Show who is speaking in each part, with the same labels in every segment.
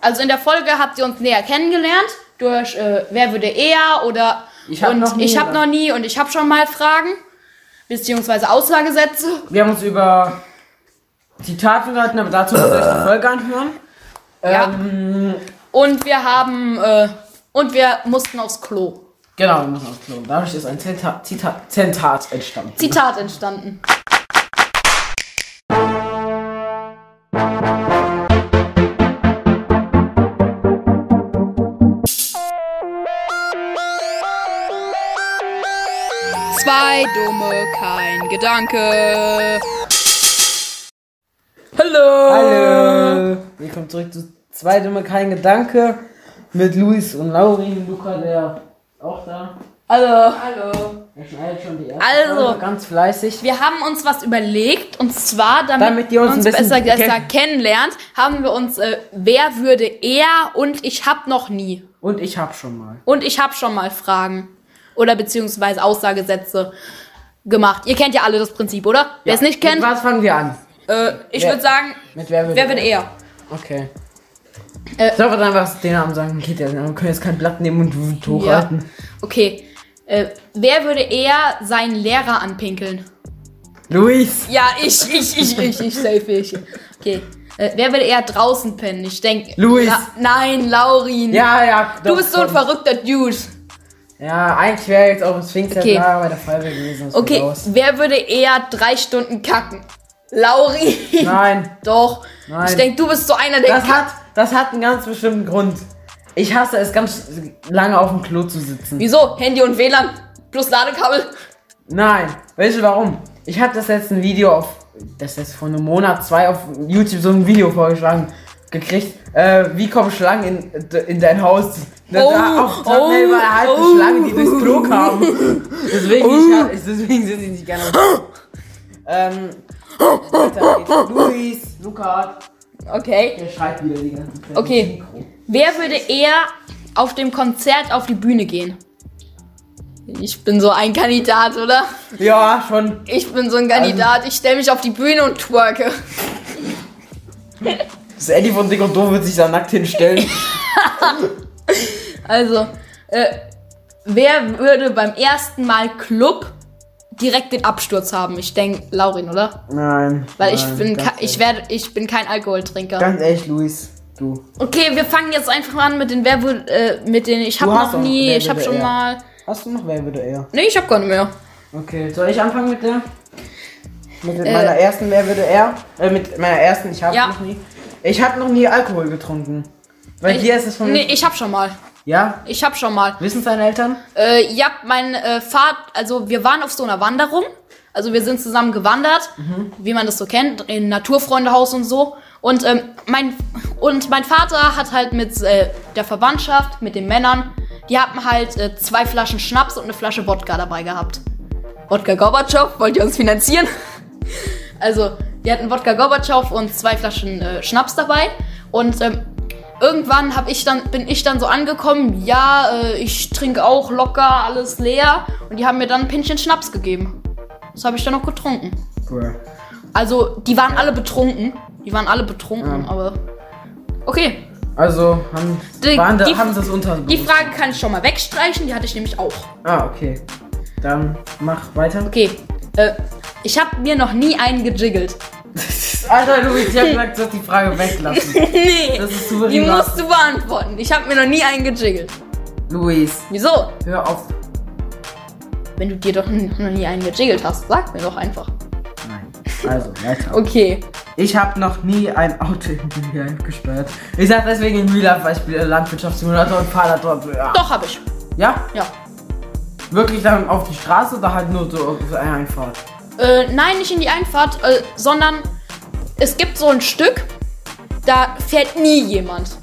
Speaker 1: Also in der Folge habt ihr uns näher kennengelernt durch äh, Wer würde eher oder
Speaker 2: Ich hab
Speaker 1: und
Speaker 2: noch nie
Speaker 1: ich habe
Speaker 2: oder-
Speaker 1: noch nie und ich habe schon mal Fragen beziehungsweise Aussagesätze.
Speaker 2: Wir haben uns über Zitate unterhalten, aber dazu müsst ihr euch die Folge anhören.
Speaker 1: Ja.
Speaker 2: Ähm,
Speaker 1: Und wir haben äh, und wir mussten aufs Klo.
Speaker 2: genau, wir müssen aufs Klo. Dadurch ist ein Zenta Zita Zentat entstanden.
Speaker 1: Zitat entstanden. Zwei dumme, kein Gedanke. Hallo.
Speaker 2: Hallo! Willkommen zurück zu Zwei Dumme, kein Gedanke mit Luis und Lauri. Luca, der auch da.
Speaker 1: Hallo.
Speaker 2: Der schneidet schon die erste
Speaker 1: Also.
Speaker 2: Folge, ganz fleißig.
Speaker 1: Wir haben uns was überlegt und zwar, damit,
Speaker 2: Damit ihr uns ein bisschen
Speaker 1: besser,
Speaker 2: kennt.
Speaker 1: besser kennenlernt, haben wir uns äh, Wer würde er und ich hab noch nie
Speaker 2: Und ich hab schon mal.
Speaker 1: und ich hab schon mal Fragen oder beziehungsweise Aussagesätze gemacht. Ihr kennt ja alle das Prinzip, oder? Wer es nicht
Speaker 2: Mit
Speaker 1: kennt,
Speaker 2: was fangen wir an?
Speaker 1: äh, ich
Speaker 2: Wer-
Speaker 1: würde sagen,
Speaker 2: Mit wer würde
Speaker 1: Wer würde er?
Speaker 2: Okay.
Speaker 1: Äh,
Speaker 2: Sollen wir dann was den Namen sagen? Geht ja, wir können jetzt kein Blatt nehmen und hochhalten.
Speaker 1: Okay. Äh, wer würde eher seinen Lehrer anpinkeln?
Speaker 2: Luis!
Speaker 1: Ja, ich, ich, ich, ich, ich, safe ich. Okay. Äh, wer würde eher draußen pennen? Ich denke.
Speaker 2: Luis.
Speaker 1: nein, Laurin.
Speaker 2: Ja, ja.
Speaker 1: Du
Speaker 2: doch,
Speaker 1: bist so ein
Speaker 2: komm.
Speaker 1: verrückter Dude.
Speaker 2: Ja, eigentlich wäre jetzt auch ein Sphinx
Speaker 1: Okay.
Speaker 2: okay. da bei der Feuerwehr gewesen. das
Speaker 1: Okay,
Speaker 2: geht aus.
Speaker 1: wer würde eher drei Stunden kacken? Lauri.
Speaker 2: Nein,
Speaker 1: Doch.
Speaker 2: Nein.
Speaker 1: Ich denke, du bist so einer, der
Speaker 2: das
Speaker 1: kackt.
Speaker 2: hat, das hat einen ganz bestimmten Grund. Ich hasse es, ganz lange auf dem Klo zu sitzen.
Speaker 1: Wieso? Handy und WLAN plus Ladekabel.
Speaker 2: Nein, weißt du warum? Ich hatte das letzte Video auf, das ist vor einem Monat, zwei auf YouTube so ein Video vorgeschlagen gekriegt. Äh, wie kommen Schlangen in, in dein Haus? Da, da,
Speaker 1: Oh,
Speaker 2: auf Thumbnail
Speaker 1: oh,
Speaker 2: war halt eine
Speaker 1: oh.
Speaker 2: Schlange, die durchs Klo kam. Deswegen, ich hab, deswegen sind sie nicht gerne auf. Ähm, weiter geht's. Luis, Lukas.
Speaker 1: Okay.
Speaker 2: Der schreit wieder die ganze Zeit.
Speaker 1: Okay.
Speaker 2: ins Mikro.
Speaker 1: Wer würde eher auf dem Konzert auf die Bühne gehen? Ich bin so ein Kandidat, oder?
Speaker 2: Ja, schon.
Speaker 1: Ich bin so ein
Speaker 2: Also-
Speaker 1: Kandidat. Ich stelle mich auf die Bühne und twerke.
Speaker 2: Das Eddie von Dick und Doof wird sich da nackt hinstellen.
Speaker 1: Also, äh, wer würde beim ersten Mal Club direkt den Absturz haben? Ich denke, Laurin, oder?
Speaker 2: Nein.
Speaker 1: Weil
Speaker 2: nein,
Speaker 1: ich bin
Speaker 2: ganz
Speaker 1: ka- ich
Speaker 2: ehrlich.
Speaker 1: werde ich bin kein Alkoholtrinker.
Speaker 2: Ganz ehrlich, Luis. Du.
Speaker 1: Okay, wir fangen jetzt einfach an mit den wer würd- äh, mit den ich habe
Speaker 2: Du hast
Speaker 1: noch
Speaker 2: doch-
Speaker 1: nie,
Speaker 2: wer
Speaker 1: ich habe
Speaker 2: würde
Speaker 1: schon
Speaker 2: eher?
Speaker 1: mal.
Speaker 2: Hast du noch wer würde er?
Speaker 1: Nee, ich habe gar nicht mehr.
Speaker 2: Okay. Soll ich anfangen mit der? Mit meiner ersten wer würde er? Äh, mit meiner ersten, ich habe
Speaker 1: Äh. Ja.
Speaker 2: noch nie. Ich habe noch nie Alkohol getrunken. Bei dir ist es von.
Speaker 1: Nee, ich habe schon mal.
Speaker 2: Ja?
Speaker 1: Ich habe schon mal.
Speaker 2: Wissen es deine Eltern?
Speaker 1: Äh, ja, mein äh, Vater, also wir waren auf so einer Wanderung. Also wir sind zusammen gewandert, wie man das so kennt, in Naturfreundehaus und so. Und, ähm, mein, und mein Vater hat halt mit äh, der Verwandtschaft, mit den Männern, die haben halt äh, zwei Flaschen Schnaps und eine Flasche Wodka dabei gehabt. Wodka Gorbatschow, wollt ihr uns finanzieren? Also, die hatten Wodka Gorbatschow und zwei Flaschen äh, Schnaps dabei. Und ähm, irgendwann hab ich dann, bin ich dann so angekommen, ja, äh, ich trinke auch locker, alles leer. Und die haben mir dann ein Pinchen Schnaps gegeben. Das habe ich dann noch getrunken.
Speaker 2: Cool.
Speaker 1: Also, die waren alle betrunken. Die waren alle betrunken,
Speaker 2: Ja.
Speaker 1: aber. Okay,
Speaker 2: Also, haben,
Speaker 1: Die-
Speaker 2: waren da,
Speaker 1: die-
Speaker 2: haben sie es unter.
Speaker 1: die Frage kann ich schon mal wegstreichen, die hatte ich nämlich auch.
Speaker 2: Ah, okay. Dann mach weiter.
Speaker 1: Okay, äh, ich habe mir noch nie einen gejiggelt.
Speaker 2: Alter, Luis, ich hab gesagt, du sollst die Frage weglassen.
Speaker 1: Nee,
Speaker 2: Das ist souverän.
Speaker 1: die musst du beantworten. Ich habe mir noch nie einen gejiggelt.
Speaker 2: Luis,
Speaker 1: Wieso?
Speaker 2: hör auf.
Speaker 1: Wenn du dir doch n- noch nie einen gejiggelt hast, sag mir doch einfach.
Speaker 2: Nein. Also, weiter.
Speaker 1: Okay.
Speaker 2: Ich habe noch nie ein Auto in Real Life gesteuert. Ich sag deswegen in Real Life, weil ich spiele Landwirtschaftssimulator und fahre da dort. Ja.
Speaker 1: Doch, hab ich.
Speaker 2: ja?
Speaker 1: Ja.
Speaker 2: Wirklich dann auf die Straße oder halt nur so auf eine Einfahrt?
Speaker 1: Äh, nein, nicht in die Einfahrt, äh, sondern es gibt so ein Stück, da fährt nie jemand.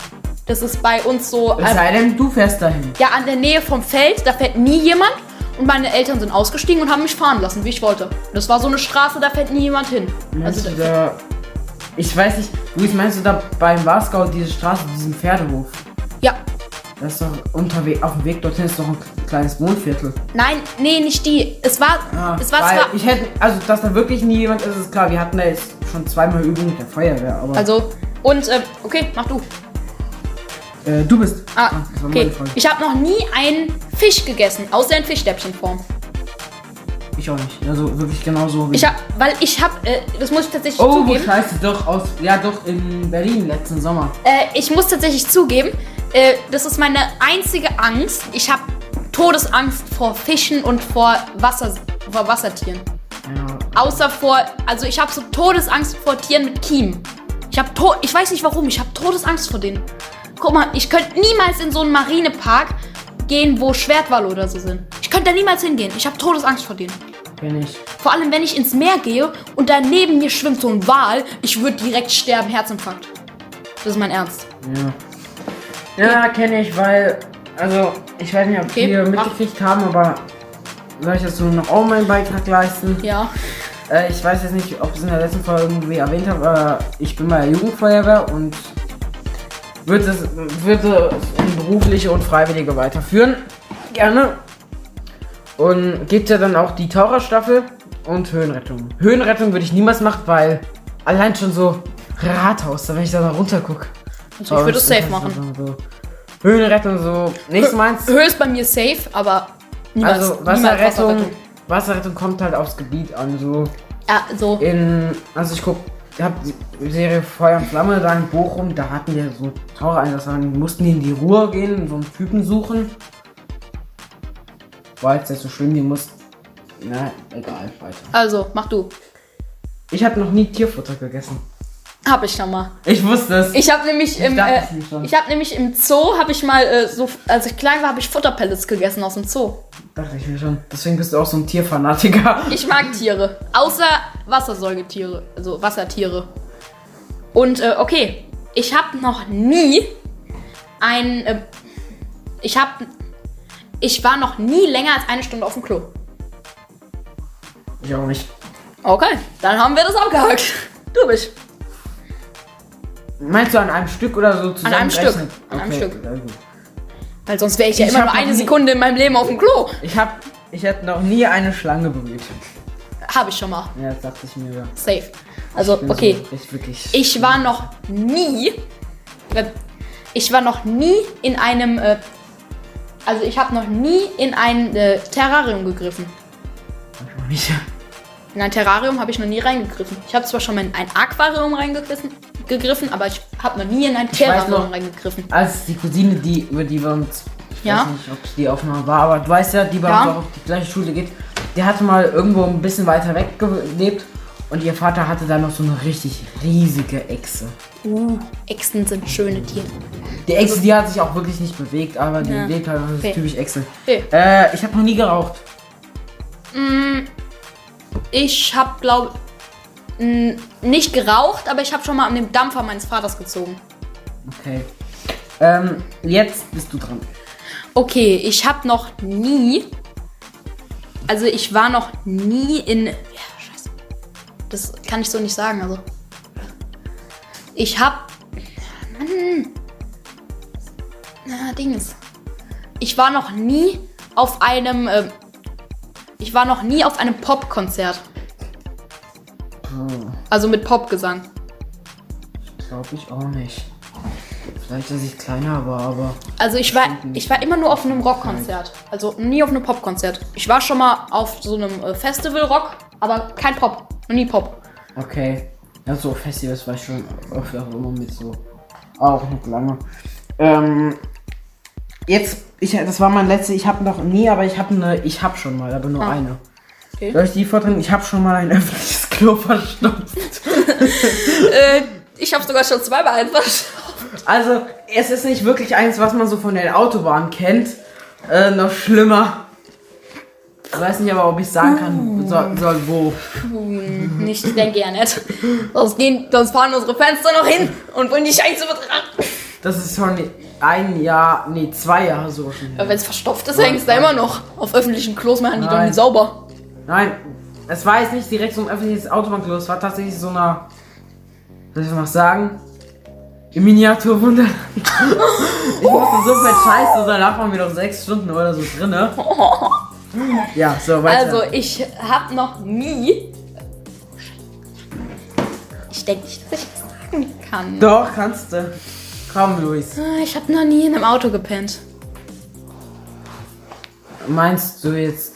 Speaker 1: Das ist bei uns so
Speaker 2: Es
Speaker 1: ähm,
Speaker 2: sei denn, du fährst dahin.
Speaker 1: ja, an der Nähe vom Feld, da fährt nie jemand. Und meine Eltern sind ausgestiegen und haben mich fahren lassen, wie ich wollte. Das war so eine Straße, da fährt nie jemand hin.
Speaker 2: Meinst
Speaker 1: Also,
Speaker 2: du da. Ich weiß nicht, Luis, meinst du da beim Warskau diese Straße, diesen Pferdehof?
Speaker 1: ja.
Speaker 2: Das ist doch unterwegs, auf dem Weg dorthin ist doch ein kleines Wohnviertel.
Speaker 1: Nein, nee, nicht die. Es war.
Speaker 2: Ah,
Speaker 1: es war
Speaker 2: weil
Speaker 1: zwar.
Speaker 2: Ich hätte, also dass da wirklich nie jemand ist, ist klar. Wir
Speaker 1: äh,
Speaker 2: hatten da jetzt schon zweimal Übung mit der Feuerwehr, aber
Speaker 1: Also, und, ähm, okay, mach du.
Speaker 2: Äh, du bist.
Speaker 1: Ah,
Speaker 2: das war
Speaker 1: okay.
Speaker 2: meine Frage.
Speaker 1: Ich habe noch nie einen Fisch gegessen, außer in Fischstäbchenform.
Speaker 2: Ich auch nicht. Also wirklich genauso wie.
Speaker 1: Ich hab, weil ich habe, äh, das muss ich tatsächlich
Speaker 2: oh,
Speaker 1: zugeben.
Speaker 2: scheiße, doch aus. Ja, doch in Berlin letzten Sommer.
Speaker 1: Äh, ich muss tatsächlich zugeben, äh, das ist meine einzige Angst. Ich habe Todesangst vor Fischen und vor, Wasser, vor Wassertieren.
Speaker 2: Ja.
Speaker 1: Außer vor, also ich habe so Todesangst vor Tieren mit Kiemen. Ich habe to ich weiß nicht warum, ich habe Todesangst vor denen. Guck mal, ich könnte niemals in so einen Marinepark gehen, wo Schwertwale oder so sind. Ich könnte da niemals hingehen. Ich habe Todesangst vor denen.
Speaker 2: Bin ich.
Speaker 1: Vor allem, wenn ich ins Meer gehe und da neben mir schwimmt so ein Wal, ich würde direkt sterben, Herzinfarkt. Das ist mein Ernst.
Speaker 2: Ja. Ja, kenne ich, weil. Also, ich weiß nicht, ob
Speaker 1: Okay,
Speaker 2: wir
Speaker 1: mach.
Speaker 2: mitgekriegt haben, aber. Soll ich dazu noch auch meinen Beitrag leisten?
Speaker 1: Ja.
Speaker 2: Äh, ich weiß jetzt nicht, ob ich es in der letzten Folge irgendwie erwähnt habe, aber ich bin bei der Jugendfeuerwehr und würde es, würde es in berufliche und Freiwillige weiterführen. Gerne. Und gibt ja dann auch die Taucherstaffel und Höhenrettung. Höhenrettung würde ich niemals machen, weil allein schon so Rathaus, da wenn ich da mal runter gucke.
Speaker 1: Also ich würde es safe machen.
Speaker 2: So. Höhenrettung so. Nichts meins.
Speaker 1: Höhe ist bei mir safe, aber niemals.
Speaker 2: Also
Speaker 1: niemals
Speaker 2: Wasserrettung, Wasserrettung kommt halt aufs Gebiet an. So
Speaker 1: Ja, so.
Speaker 2: in, also ich guck, ich hab die Serie Feuer und Flamme da in Bochum, da hatten wir so Tauchereinsatz, dann mussten die in die Ruhr gehen und so einen Typen suchen. War jetzt nicht so schlimm, die mussten. Na, egal, weiter.
Speaker 1: Also, mach du.
Speaker 2: Ich habe noch nie Tierfutter gegessen.
Speaker 1: Hab ich noch mal.
Speaker 2: Ich wusste es.
Speaker 1: Ich habe nämlich im
Speaker 2: dachte
Speaker 1: äh,
Speaker 2: es mir schon.
Speaker 1: ich habe nämlich im Zoo habe ich mal äh, so als ich klein war, habe ich Futterpellets gegessen aus dem Zoo.
Speaker 2: Dachte ich mir schon. Deswegen bist du auch so ein Tierfanatiker.
Speaker 1: Ich mag Tiere, außer Wassersäugetiere, also Wassertiere. Und äh, okay, ich habe noch nie ein äh, ich habe ich war noch nie länger als eine Stunde auf dem Klo.
Speaker 2: Ich auch nicht.
Speaker 1: Okay, dann haben wir das abgehakt. Du bist.
Speaker 2: Meinst du an einem Stück oder so zusammen?
Speaker 1: einem Stück. An einem Stück. Weil sonst wäre ich ja
Speaker 2: Ich
Speaker 1: immer
Speaker 2: hab
Speaker 1: nur
Speaker 2: noch
Speaker 1: eine
Speaker 2: nie-
Speaker 1: Sekunde in meinem Leben auf dem Klo.
Speaker 2: Ich hab. Ich hab noch nie eine Schlange berührt.
Speaker 1: Habe ich schon mal.
Speaker 2: Ja, das dachte ich mir. ja.
Speaker 1: Safe. Also,
Speaker 2: Bin
Speaker 1: okay.
Speaker 2: So, ich wirklich.
Speaker 1: Ich war noch nie. äh, Ich war noch nie in einem. äh, Also ich habe noch nie in ein äh, Terrarium gegriffen.
Speaker 2: Auch nicht.
Speaker 1: In ein Terrarium habe ich noch nie reingegriffen. Ich habe zwar schon mal in ein Aquarium reingegriffen, gegriffen, aber ich habe noch nie in ein
Speaker 2: weiß
Speaker 1: Terrarium
Speaker 2: noch-
Speaker 1: reingegriffen.
Speaker 2: Als Also, die Cousine, die, über die wir uns. Ich
Speaker 1: Ja.
Speaker 2: weiß nicht, ob es die Aufnahme war, aber du weißt ja, die bei
Speaker 1: Ja.
Speaker 2: uns auch auf die gleiche Schule geht. Die hatte mal irgendwo ein bisschen weiter weg gelebt und ihr Vater hatte da noch so eine richtig riesige Echse.
Speaker 1: Uh, Echsen sind schöne Tiere.
Speaker 2: Die Echse, die hat sich auch wirklich nicht bewegt, aber die
Speaker 1: Ja.
Speaker 2: lebt halt, das ist
Speaker 1: Okay.
Speaker 2: typisch Echse.
Speaker 1: Okay.
Speaker 2: Äh, ich habe noch nie geraucht.
Speaker 1: Ich habe, glaube nicht geraucht, aber ich habe schon mal an dem Dampfer meines Vaters gezogen.
Speaker 2: Okay. Ähm, jetzt bist du dran.
Speaker 1: Okay, ich habe noch nie. Also ich war noch nie in. Ja, scheiße. Das kann ich so nicht sagen. Also. Ich habe. Mann. Na, Dings. Ich war noch nie auf einem. ähm, ich war noch nie auf einem Pop-Konzert. Also mit Popgesang.
Speaker 2: Glaube ich auch nicht. Vielleicht, dass ich kleiner war, aber.
Speaker 1: Also ich war, ich war immer nur auf einem Rockkonzert. Also nie auf einem Popkonzert. Ich war schon mal auf so einem äh, Festival Rock, aber kein Pop. Noch nie Pop.
Speaker 2: Okay. Ja, so Festivals war ich schon öfter auch immer mit so. Auch nicht lange. Ähm, jetzt, ich, das war mein letzte, ich habe noch nie, aber ich habe eine, ich habe schon mal, aber nur
Speaker 1: Ah.
Speaker 2: eine.
Speaker 1: Okay.
Speaker 2: Soll ich die vordringen? Ich habe schon mal ein öffentliches Klo verstopft.
Speaker 1: Äh, ich habe sogar schon zweimal einfach.
Speaker 2: Also, es ist nicht wirklich eins, was man so von den Autobahnen kennt. Äh, noch schlimmer. Ich weiß nicht aber, ob ich
Speaker 1: Hm.
Speaker 2: sagen kann, soll, soll wo.
Speaker 1: Nicht, ich denke ja nicht. Sonst, gehen, sonst fahren unsere Fans da noch hin und wollen die Scheiße mit ran.
Speaker 2: Das ist schon ein Jahr, nee, zwei Jahre so schon.
Speaker 1: Wenn es verstopft ist, hängst du da immer noch. Auf öffentlichen Klos machen die doch nie
Speaker 2: Nein.
Speaker 1: sauber.
Speaker 2: Nein, es war jetzt nicht direkt so ein öffentliches Autobahnklo, es war tatsächlich so eine, soll ich das noch sagen, im Miniaturwunder. ich musste so viel Scheiße, danach waren wir noch sechs Stunden oder so drinne. Ja, so weiter.
Speaker 1: Also ich habe noch nie. Ich denke nicht, dass ich das sagen kann.
Speaker 2: Doch, kannst du. Komm, Luis.
Speaker 1: Ich habe noch nie in einem Auto gepennt.
Speaker 2: Meinst du jetzt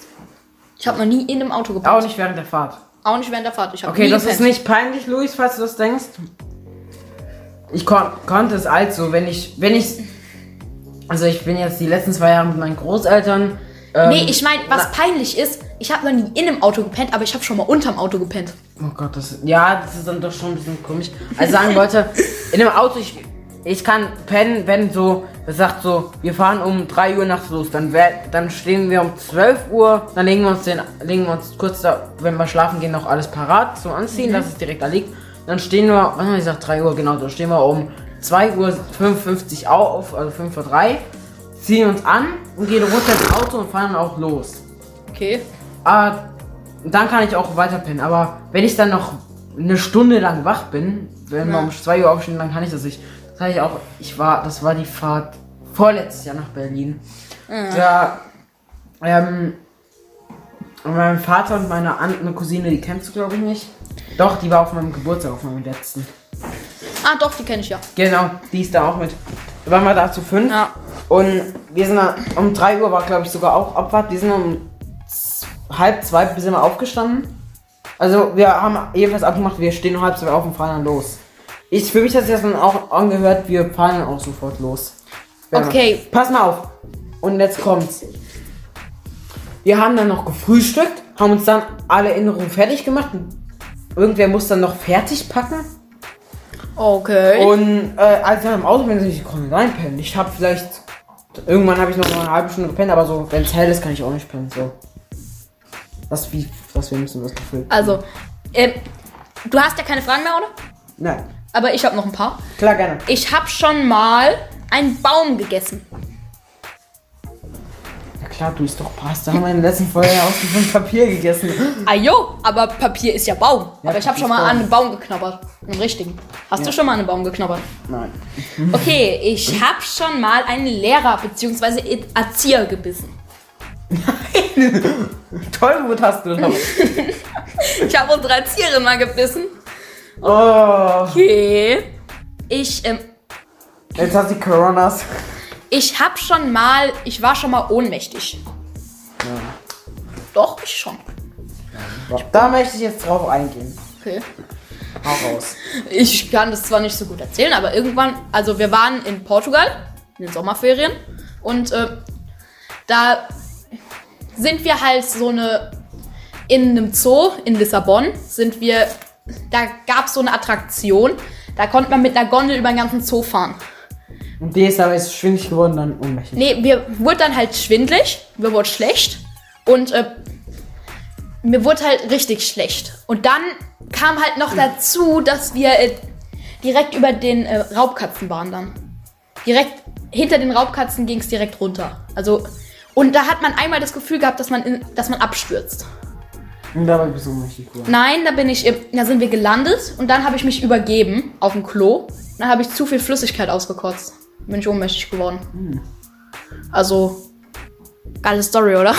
Speaker 1: Ich habe noch nie in einem Auto gepennt.
Speaker 2: auch nicht während der Fahrt?
Speaker 1: Auch nicht während der Fahrt. Ich habe
Speaker 2: Okay,
Speaker 1: nie
Speaker 2: das
Speaker 1: gepennt.
Speaker 2: ist nicht peinlich, Luis, falls du das denkst. Ich kon konnte es also, wenn ich, wenn ich, also ich bin jetzt die letzten zwei Jahre mit meinen Großeltern. Ähm,
Speaker 1: Nee, ich meine, was
Speaker 2: na-
Speaker 1: peinlich ist, ich habe noch nie in einem Auto gepennt, aber ich habe schon mal unterm Auto gepennt.
Speaker 2: Oh Gott, das, ja, das ist dann doch schon ein bisschen komisch. Also sagen wollte, in einem Auto, ich, ich kann pennen, wenn so, das sagt so, wir fahren um 3 Uhr nachts los, dann, wär, dann stehen wir um 12 Uhr, dann legen wir uns, den, legen wir uns kurz da, wenn wir schlafen gehen, noch alles parat zum Anziehen, dass es direkt da liegt. Dann stehen wir, was hab ich gesagt, 3 Uhr, genau, dann stehen wir um 2 Uhr 55 auf, also 5 Uhr 3, ziehen uns an und gehen runter ins Auto und fahren auch los.
Speaker 1: Okay.
Speaker 2: Ah, dann kann ich auch weiter pennen. Aber wenn ich dann noch eine Stunde lang wach bin, wenn wir
Speaker 1: Ja.
Speaker 2: um 2 Uhr aufstehen, dann kann ich das nicht. Das hatte ich auch. Ich war, das war die Fahrt vorletztes Jahr nach Berlin. Da, ähm, mein Vater und meine, An meine Cousine, die kennst du glaube ich nicht. Doch, die war auf meinem Geburtstag, auf meinem letzten.
Speaker 1: Ah, doch, die kenne ich ja.
Speaker 2: Genau, die ist da auch mit. Da waren wir da zu fünf.
Speaker 1: Ja.
Speaker 2: Und wir sind da, um 3 Uhr war, glaube ich, sogar auch Abfahrt. Wir sind um z- halb zwei bis immer aufgestanden. Also wir haben jedenfalls abgemacht, wir stehen um halb zwei auf und fahren dann los. Ich, für mich hat sich das dann auch angehört, wir fahren dann auch sofort los. Ja.
Speaker 1: Okay.
Speaker 2: Pass mal auf. Und jetzt kommt's. Wir haben dann noch gefrühstückt, haben uns dann alle Erinnerungen fertig gemacht. Irgendwer muss dann noch fertig packen.
Speaker 1: Okay.
Speaker 2: Und äh, als ich dann im Auto bin, so, ich konnte reinpennen. Ich habe vielleicht. Irgendwann habe ich noch mal eine halbe Stunde gepennt, aber so, wenn es hell ist, kann ich auch nicht pennen. So. Das wie. Das wir müssen das Gefühl.
Speaker 1: Also, ähm, du hast ja keine Fragen mehr, oder?
Speaker 2: Nein.
Speaker 1: Aber ich habe noch ein paar.
Speaker 2: Klar, gerne.
Speaker 1: Ich habe schon mal einen Baum gegessen.
Speaker 2: Ja klar, du isst doch Pasta. Haben wir in der letzten Folge ja auch schon von Papier gegessen.
Speaker 1: Ah jo, aber Papier ist ja Baum.
Speaker 2: Hm. Ja,
Speaker 1: aber ich habe
Speaker 2: Papier
Speaker 1: schon mal
Speaker 2: ist
Speaker 1: an
Speaker 2: Baum.
Speaker 1: einen Baum geknabbert. Einen richtigen. Hast du schon mal an einen Baum geknabbert?
Speaker 2: Nein. Mhm.
Speaker 1: Okay, ich habe schon mal einen Lehrer bzw. Erzieher gebissen.
Speaker 2: Tollwut hast du doch.
Speaker 1: Ich habe unsere Erzieherin mal gebissen.
Speaker 2: Oh.
Speaker 1: Okay. Ich, ähm,
Speaker 2: Jetzt hast du Coronas.
Speaker 1: ich habe schon mal, ich war schon mal ohnmächtig. Doch, ich schon.
Speaker 2: Da möchte ich jetzt drauf eingehen.
Speaker 1: Okay.
Speaker 2: Hau raus.
Speaker 1: Ich kann das zwar nicht so gut erzählen, aber irgendwann, also wir waren in Portugal in den Sommerferien und äh, da sind wir halt so eine in einem Zoo in Lissabon sind wir, da gab es so eine Attraktion, da konnte man mit einer Gondel über den ganzen Zoo fahren.
Speaker 2: Und die ist aber jetzt schwindig geworden, dann ohnmächtig.
Speaker 1: Nee, mir wurde dann halt schwindlig, mir wurde schlecht und äh, mir wurde halt richtig schlecht. Und dann kam halt noch dazu, dass wir äh, direkt über den äh, Raubkatzen waren dann. Direkt hinter den Raubkatzen ging es direkt runter. Also und da hat man einmal das Gefühl gehabt, dass man, in, dass man abstürzt.
Speaker 2: Und dabei bist du ohnmächtig geworden.
Speaker 1: Nein, da bin ich, im- da sind wir gelandet und dann habe ich mich übergeben auf dem Klo. Dann habe ich zu viel Flüssigkeit ausgekotzt. Bin ich ohnmächtig geworden. Also, geile Story, oder?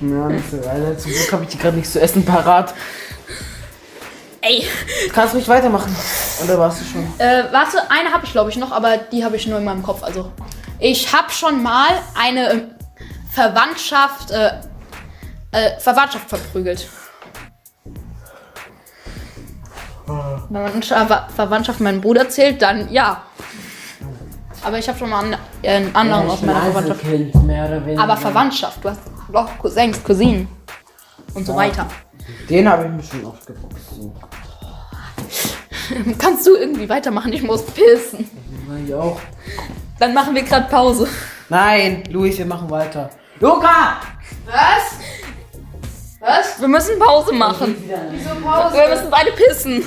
Speaker 2: Ja, nicht so, Alter. Zum Glück habe ich dir gerade nichts zu essen parat.
Speaker 1: Ey,
Speaker 2: Kannst ruhig weitermachen. Oder warst du schon?
Speaker 1: äh, warte, eine habe ich glaube ich noch, aber die habe ich nur in meinem Kopf. Also, ich habe schon mal eine ähm, Verwandtschaft, äh, äh, Verwandtschaft verprügelt. Wenn man unter Ver- Verwandtschaft meinen Bruder zählt, dann ja. Aber ich habe schon mal einen, äh, einen anderen aus meiner Verwandtschaft.
Speaker 2: mehr oder weniger.
Speaker 1: Aber Verwandtschaft, du hast doch Cousins, Cousinen und so weiter.
Speaker 2: Den habe ich mir schon oft geboxt. So.
Speaker 1: Kannst du irgendwie weitermachen? Ich muss pissen.
Speaker 2: Na, ich auch.
Speaker 1: Dann machen wir gerade Pause.
Speaker 2: Nein, Luis, wir machen weiter. Luca!
Speaker 3: Was? Was?
Speaker 1: Wir müssen Pause machen.
Speaker 3: Wieso
Speaker 1: Wir
Speaker 3: Pause?
Speaker 1: müssen beide pissen.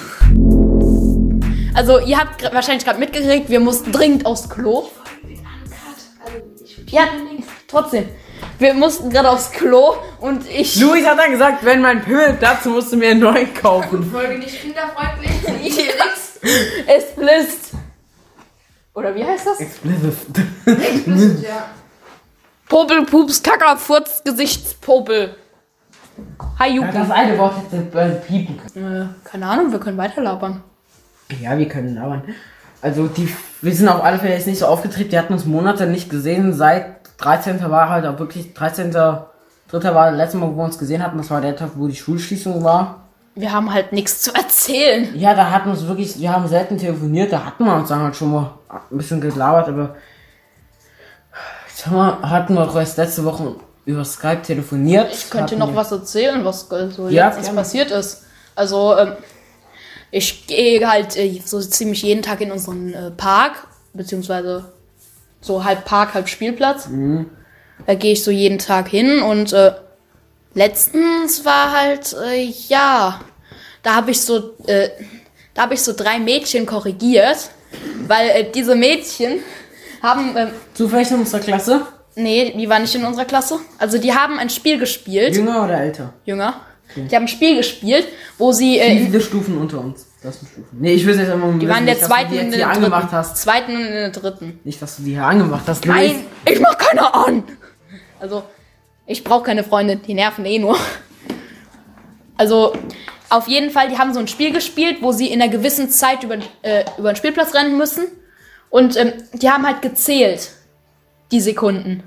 Speaker 1: Also, ihr habt gra- wahrscheinlich gerade mitgekriegt, wir mussten dringend aufs Klo.
Speaker 3: Also, ich
Speaker 1: Ja, trotzdem. Wir mussten gerade aufs Klo und ich.
Speaker 2: Luis hat dann gesagt, wenn mein Pimmel platzt, musst du mir einen neuen kaufen.
Speaker 3: folge nicht kinderfreundlich.
Speaker 1: es blitzt. Oder wie heißt das?
Speaker 3: Explizit, ja.
Speaker 1: Popel, Pups, Kacker, Furz, Gesichtspopel. Hi, Juki.
Speaker 2: eine Wort hätte piepen können.
Speaker 1: Äh, keine Ahnung, wir können weiterlabern.
Speaker 2: Ja, wir können labern. Also die, wir sind auf alle Fälle jetzt nicht so aufgetreten, die hatten uns Monate nicht gesehen, seit 13. war halt auch wirklich, 13. Dritter war das letzte Mal, wo wir uns gesehen hatten, das war der Tag, wo die Schulschließung war.
Speaker 1: Wir haben halt nichts zu erzählen.
Speaker 2: Ja, da hatten uns wirklich, wir haben selten telefoniert, da hatten wir uns dann halt schon mal ein bisschen gelabert, aber jetzt haben wir, hatten wir doch erst letzte Woche über Skype telefoniert.
Speaker 1: Ich könnte
Speaker 2: Hatten
Speaker 1: noch
Speaker 2: wir-
Speaker 1: was erzählen, was so
Speaker 2: Ja,
Speaker 1: letztens
Speaker 2: gerne.
Speaker 1: passiert ist. Also, ähm, ich gehe halt äh, so ziemlich jeden Tag in unseren äh, Park, beziehungsweise so halb Park, halb Spielplatz.
Speaker 2: Mhm.
Speaker 1: Da gehe ich so jeden Tag hin und äh, letztens war halt, äh, ja, da habe ich so, äh, da habe ich so drei Mädchen korrigiert, weil äh, diese Mädchen haben, ähm,
Speaker 2: Zufällig in unserer Klasse?
Speaker 1: nee, die waren nicht in unserer Klasse, also die haben ein Spiel gespielt
Speaker 2: Jünger oder älter?
Speaker 1: jünger. Die haben ein Spiel gespielt, wo sie
Speaker 2: Wie
Speaker 1: äh,
Speaker 2: viele Stufen unter uns? Das sind Stufen. Nee, ich will jetzt einfach mal
Speaker 1: die waren in der zweiten und
Speaker 2: dass du die
Speaker 1: in
Speaker 2: jetzt hier
Speaker 1: der
Speaker 2: angemacht
Speaker 1: dritten.
Speaker 2: hast.
Speaker 1: Zweiten und in der dritten.
Speaker 2: Nicht, dass du die hier angemacht hast.
Speaker 1: Nein, ich mach keine an. Also, ich brauche keine Freunde, die nerven eh nur. Also, auf jeden Fall, die haben so ein Spiel gespielt, wo sie in einer gewissen Zeit über, äh, über den Spielplatz rennen müssen. Und ähm, die haben halt gezählt, die Sekunden.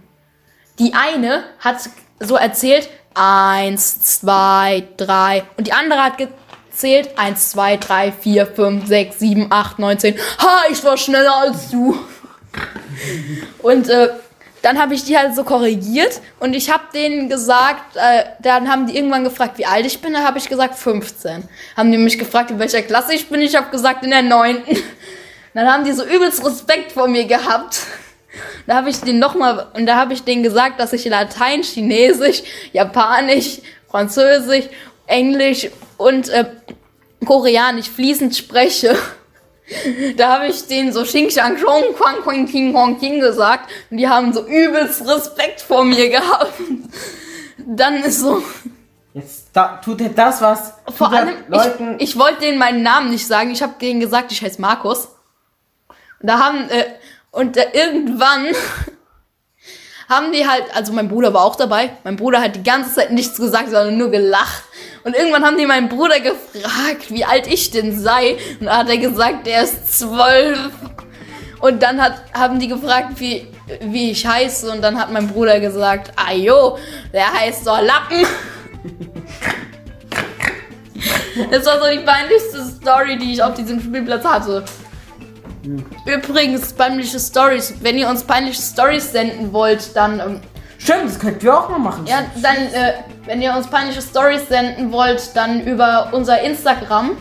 Speaker 1: Die eine hat so erzählt, eins, zwei, drei. Und die andere hat gezählt, eins, zwei, drei, vier, fünf, sechs, sieben, acht, neun, zehn. Ha, ich war schneller als du. Und äh, dann habe ich die halt so korrigiert und ich habe denen gesagt, äh, dann haben die irgendwann gefragt, wie alt ich bin, dann habe ich gesagt 15. Haben die mich gefragt, in welcher Klasse ich bin, ich habe gesagt in der neunten. Dann haben die so übelst Respekt vor mir gehabt. Da habe ich den nochmal, und da habe ich denen gesagt, dass ich Latein, Chinesisch, Japanisch, Französisch, Englisch und äh, Koreanisch fließend spreche. Da habe ich denen so Xing Shang Chong, Quang Quang King Hong King gesagt. Und die haben so übelst Respekt vor mir gehabt. Dann ist so,
Speaker 2: Jetzt da, tut ihr das was.
Speaker 1: vor
Speaker 2: tut ihr
Speaker 1: allem,
Speaker 2: Leuten.
Speaker 1: ich, ich wollte denen meinen Namen nicht sagen. Ich habe denen gesagt, ich heiße Markus. Und da haben, äh, und äh, irgendwann haben die halt, also mein Bruder war auch dabei. Mein Bruder hat die ganze Zeit nichts gesagt, sondern nur gelacht. Und irgendwann haben die meinen Bruder gefragt, wie alt ich denn sei. Und da hat er gesagt, er ist zwölf. Und dann hat, haben die gefragt, wie, wie ich heiße. Und dann hat mein Bruder gesagt, ajo, der heißt doch Lappen. Das war so die peinlichste Story, die ich auf diesem Spielplatz hatte. Übrigens, peinliche Stories. Wenn ihr uns peinliche Stories senden wollt, dann. Ähm,
Speaker 2: Stimmt, das könnten wir auch mal machen.
Speaker 1: ja, dann. Äh, wenn ihr uns peinliche Stories senden wollt, dann über unser Instagram.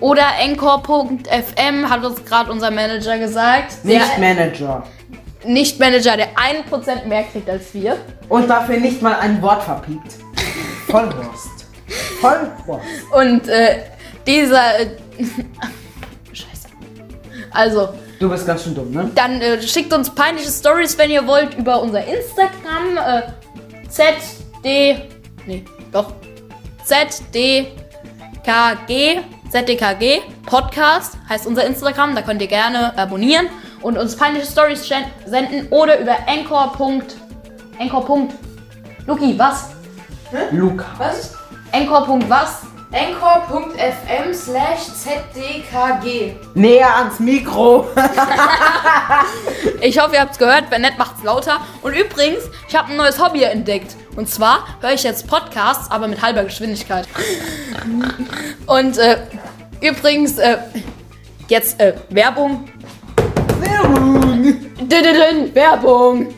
Speaker 1: Oder encore.fm hat uns gerade unser Manager gesagt. Der
Speaker 2: Nicht Manager.
Speaker 1: nicht Manager, der 1% mehr kriegt als wir.
Speaker 2: Und dafür nicht mal ein Wort verpiept. Vollhorst. Vollhorst.
Speaker 1: Und äh, dieser. Äh, Scheiße. Also.
Speaker 2: Du bist ganz schön dumm, ne?
Speaker 1: Dann äh, schickt uns peinliche Stories, wenn ihr wollt, über unser Instagram äh, ZD. Nee, doch. ZDKG. ZDKG Podcast heißt unser Instagram. Da könnt ihr gerne abonnieren und uns peinliche Stories schen- senden oder über anchor. anchor. Luki, was?
Speaker 2: Luca.
Speaker 3: Was?
Speaker 1: Anchor. was?
Speaker 3: Anchor.fm slash zdkg.
Speaker 2: Näher ans Mikro.
Speaker 1: Ich hoffe, ihr habt's gehört. Wenn nicht, macht's lauter. Und übrigens, ich habe ein neues Hobby entdeckt. Und zwar höre ich jetzt Podcasts, aber mit halber Geschwindigkeit. Und äh, übrigens, äh, jetzt äh, Werbung.
Speaker 2: Werbung.
Speaker 1: Dididin, Werbung.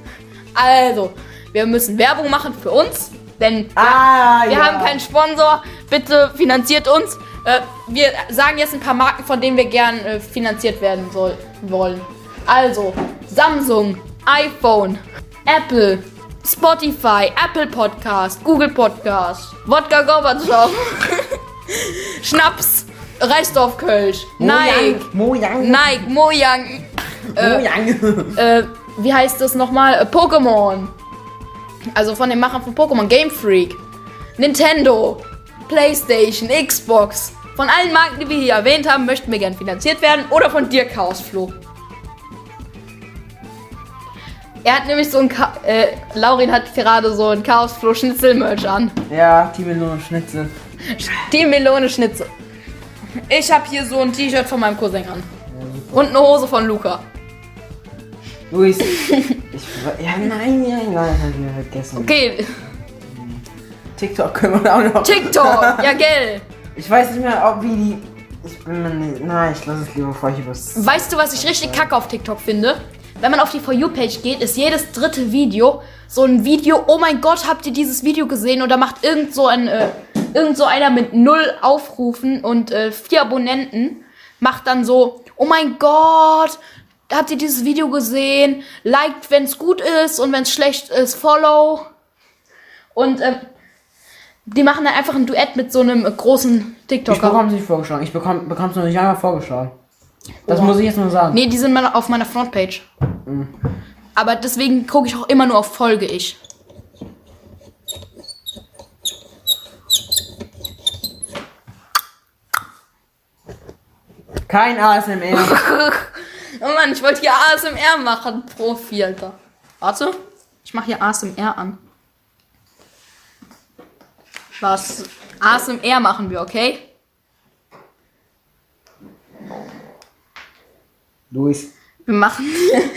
Speaker 1: Also, wir müssen Werbung machen für uns, denn
Speaker 2: Ah,
Speaker 1: wir
Speaker 2: ja.
Speaker 1: haben keinen Sponsor. Bitte finanziert uns. Äh, wir sagen jetzt ein paar Marken, von denen wir gern äh, finanziert werden soll, wollen. Also Samsung, iPhone, Apple, Spotify, Apple Podcast, Google Podcast, Wodka Gorbatschow, Schnaps, Reisdorf Kölsch, Nike,
Speaker 2: Mojang.
Speaker 1: Nike, Mojang,
Speaker 2: Mojang.
Speaker 1: äh, wie heißt das nochmal? Äh, Pokémon. Also von den Machern von Pokémon. Game Freak. Nintendo. PlayStation. Xbox. Von allen Marken, die wir hier erwähnt haben, möchten wir gern finanziert werden. Oder von dir, Chaosflo. Er hat nämlich so ein. Ka äh, Laurin hat gerade so ein Chaosflo-Schnitzel-Merch an.
Speaker 2: Ja, Team nur Schnitzel.
Speaker 1: Die Melone Schnitzel. Ich habe hier so ein T-Shirt von meinem Cousin an. Und eine Hose von Luca.
Speaker 2: Luis. Ich, war- ja, nein, nein, nein, das hab ich mir vergessen.
Speaker 1: Okay,
Speaker 2: TikTok können wir auch noch.
Speaker 1: TikTok. ja, gell.
Speaker 2: Ich weiß nicht mehr, ob wie die. Ich bin mir nicht. Nein, ich lasse es lieber, bevor ich übers.
Speaker 1: Weißt du, was ich richtig kacke auf TikTok finde? Wenn man auf die For You-Page geht, ist jedes dritte Video so ein Video, oh mein Gott, habt ihr dieses Video gesehen? Oder macht irgend so ein, äh, irgend so einer mit null Aufrufen und äh, vier Abonnenten, macht dann so, oh mein Gott, habt ihr dieses Video gesehen? Liked, wenn's gut ist und wenn's schlecht ist, follow. Und ähm, die machen dann einfach ein Duett mit so einem äh, großen
Speaker 2: Ich
Speaker 1: TikToker.
Speaker 2: bekomme es nicht vorgeschlagen. Ich bekomme es noch nicht einmal vorgeschlagen. Das
Speaker 1: Oh.
Speaker 2: muss ich jetzt nur sagen.
Speaker 1: Nee, die sind mal auf meiner Frontpage. Hm. Aber deswegen gucke ich auch immer nur auf Folge ich.
Speaker 2: Kein ASMR.
Speaker 1: Oh Mann, ich wollte hier ASMR machen. Profi, Alter. Warte. Ich mache hier ASMR an. Was? ASMR machen wir, okay?
Speaker 2: Luis.
Speaker 1: Wir machen.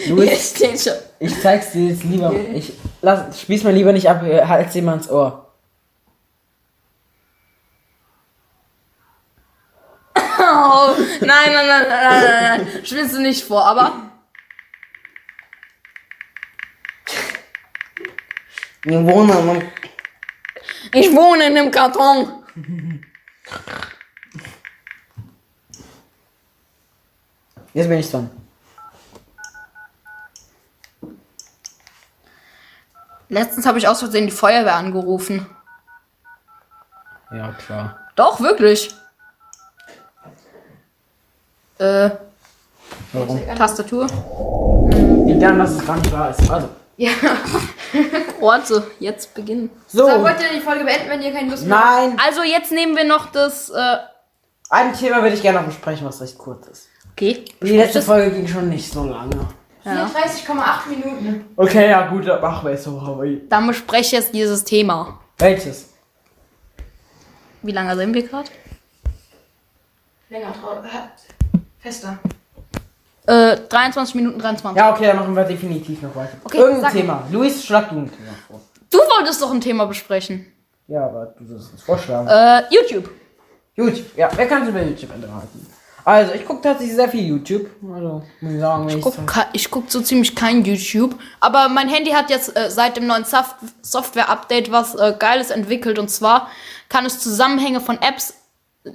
Speaker 2: Du bist-
Speaker 1: Hier steht schon.
Speaker 2: Ich zeig's dir jetzt lieber. Ich lass, spieß mal lieber nicht ab, äh, halt's dir mal ins Ohr.
Speaker 1: Oh, nein, nein, nein, nein, nein, nein, nein. Spielst du nicht vor, aber.
Speaker 2: Wir wohnen
Speaker 1: Ich wohne in einem Karton.
Speaker 2: Jetzt bin ich dran.
Speaker 1: Letztens habe ich aus Versehen die Feuerwehr angerufen.
Speaker 2: Ja, klar.
Speaker 1: Doch, wirklich. Äh,
Speaker 2: Warum?
Speaker 1: Tastatur.
Speaker 2: Liegt daran, dass es ganz klar ist. Also.
Speaker 3: Ja.
Speaker 1: Warte, jetzt beginnen.
Speaker 2: So.
Speaker 3: So, wollt ihr die Folge beenden, wenn ihr keine Lust mehr habt?
Speaker 2: Nein.
Speaker 1: Also jetzt nehmen wir noch das, äh,
Speaker 2: Ein Thema würde ich gerne noch besprechen, was recht kurz ist.
Speaker 1: okay.
Speaker 2: Die letzte Folge ging schon nicht so lange.
Speaker 3: 34,8 Minuten.
Speaker 2: Okay, ja gut, dann machen wir es so. aber-
Speaker 1: Dann bespreche ich jetzt dieses Thema.
Speaker 2: Welches?
Speaker 1: Wie lange sind wir gerade?
Speaker 3: Länger drauf. Fester.
Speaker 1: Äh, 23 Minuten 23.
Speaker 2: Ja, okay, dann machen wir definitiv noch weiter.
Speaker 1: Okay,
Speaker 2: Irgendein
Speaker 1: sag-
Speaker 2: Thema. Luis, schlag du ein Thema vor.
Speaker 1: Du wolltest doch ein Thema besprechen.
Speaker 2: Ja, aber du sollst es vorschlagen.
Speaker 1: Äh, YouTube.
Speaker 2: YouTube. Ja, wer kann sich über YouTube unterhalten? Also, ich gucke tatsächlich sehr viel YouTube. Also, muss ich sagen, wenn ich
Speaker 1: Guck, ka- ich gucke so ziemlich kein YouTube. Aber mein Handy hat jetzt äh, seit dem neuen Sof Software-Update was äh, Geiles entwickelt. Und zwar kann es Zusammenhänge von Apps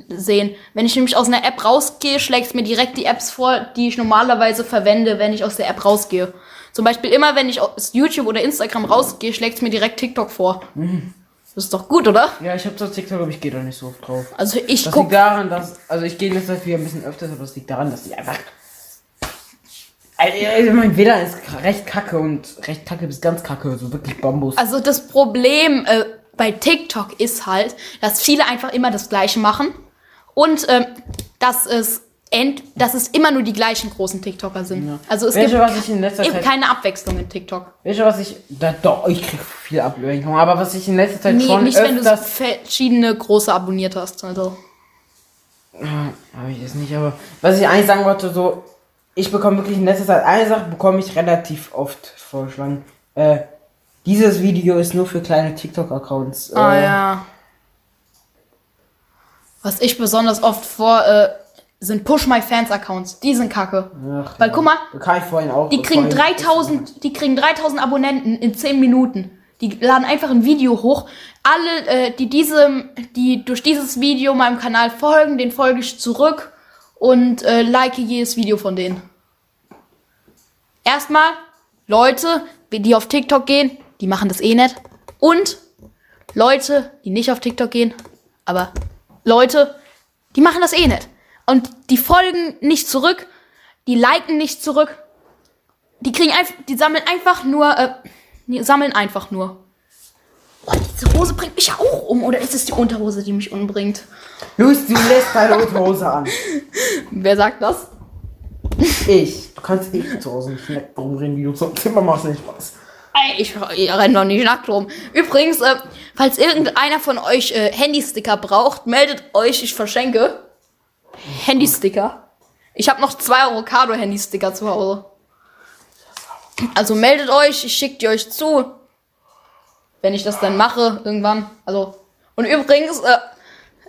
Speaker 1: sehen. Wenn ich nämlich aus einer App rausgehe, schlägt es mir direkt die Apps vor, die ich normalerweise verwende, wenn ich aus der App rausgehe. Zum Beispiel immer, wenn ich aus YouTube oder Instagram rausgehe, schlägt es mir direkt TikTok vor.
Speaker 2: Mhm.
Speaker 1: Das ist doch gut, oder?
Speaker 2: Ja, ich habe so TikTok, aber ich gehe da nicht so oft drauf.
Speaker 1: Also ich
Speaker 2: Das
Speaker 1: gucke
Speaker 2: liegt daran, dass. Also ich gehe in letzter Zeit wieder ein bisschen öfters, aber das liegt daran, dass ich einfach. Also mein WLAN ist recht kacke und recht kacke bis ganz kacke, so wirklich Bambus.
Speaker 1: Also das Problem äh, bei TikTok ist halt, dass viele einfach immer das Gleiche machen und ähm, dass, es end dass es immer nur die gleichen großen TikToker sind. Also es
Speaker 2: Weißt du,
Speaker 1: gibt
Speaker 2: was ich in letzter
Speaker 1: eben
Speaker 2: Zeit-
Speaker 1: keine Abwechslung in Tabwechslung
Speaker 2: Weißt du, was ich. Da, doch, ich krieg viel Ablenkung, aber was ich in letzter Zeit
Speaker 1: in TikTok.
Speaker 2: Äh, schon
Speaker 1: Nee, nicht, wenn du so
Speaker 2: öfters.
Speaker 1: verschiedene große abonniert hast. Also.
Speaker 2: Habe ich jetzt nicht, aber. Was ich eigentlich sagen wollte, so. Ich bekomme wirklich in letzter Zeit. Eine Sache bekomme ich relativ oft vorgeschlagen. Äh. Dieses Video ist nur für kleine TikTok-Accounts.
Speaker 1: Ah
Speaker 2: äh,
Speaker 1: ja. Was ich besonders oft vor äh, sind Push My Fans Accounts. Die sind kacke.
Speaker 2: Ach,
Speaker 1: Weil
Speaker 2: ja.
Speaker 1: guck mal,
Speaker 2: Kann ich vorhin auch.
Speaker 1: Die kriegen
Speaker 2: vorhin-
Speaker 1: 3000, die kriegen 3000 Abonnenten in 10 Minuten. Die laden einfach ein Video hoch. Alle, äh, die diesem, die durch dieses Video meinem Kanal folgen, den folge ich zurück und äh, like jedes Video von denen. Erstmal, Leute, die auf TikTok gehen, die machen das eh nicht. Und Leute, die nicht auf TikTok gehen, aber Leute, die machen das eh nicht. Und die folgen nicht zurück, die liken nicht zurück, die kriegen einfach, die sammeln einfach nur, äh, die sammeln einfach nur. Oh, diese Hose bringt mich auch um. Oder ist es die Unterhose, die mich umbringt?
Speaker 2: Luis, du lässt deine rote Hose an.
Speaker 1: Wer sagt das?
Speaker 2: Ich. Du kannst eh zu Hause nicht nackt rumrennen, wie du zum Zimmer machst, nicht Spaß.
Speaker 1: Ey, Ich, ich renne noch nicht nackt rum. Übrigens, äh, falls irgendeiner von euch äh, Handysticker braucht, meldet euch, ich verschenke. Handysticker. Ich habe noch zwei Avocado-Handy-Sticker zu Hause. Also meldet euch, ich schicke die euch zu. Wenn ich das dann mache, irgendwann. Also. Und übrigens,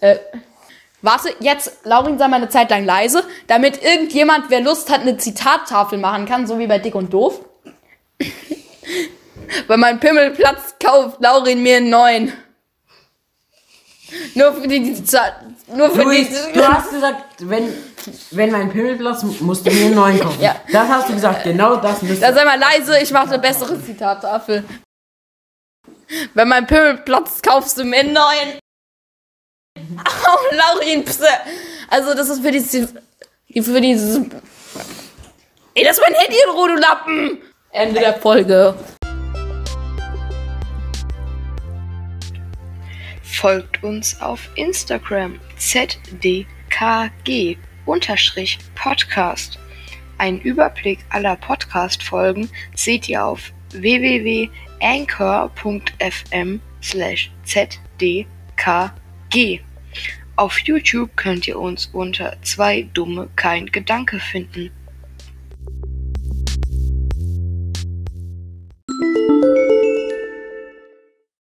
Speaker 1: äh, äh, warte, jetzt, Laurin sei mal eine Zeit lang leise, damit irgendjemand, wer Lust hat, eine Zitattafel machen kann, so wie bei Dick und Doof. Wenn mein Pimmel Platz kauft, Laurin mir einen neuen. Nur für die, die Zeit- nur für
Speaker 2: Luis,
Speaker 1: die,
Speaker 2: du hast gesagt, wenn, wenn mein Pimmel platzt, musst du mir einen neuen kaufen.
Speaker 1: Ja.
Speaker 2: Das hast du gesagt, genau das müsst
Speaker 1: Dann sei mal leise, ich mache eine bessere Zitattafel. Wenn mein Pimmel platzt, kaufst du mir einen neuen. Au, Laurin, Pse. Also, das ist für dieses. Für dieses. Ey, das ist mein Handy in Ruhe, du Lappen! Ende der Folge.
Speaker 4: Folgt uns auf Instagram zdkg-podcast. Einen Überblick aller Podcast-Folgen seht ihr auf www.anchor.fm zdkg. Auf YouTube könnt ihr uns unter zwei Dumme kein Gedanke finden.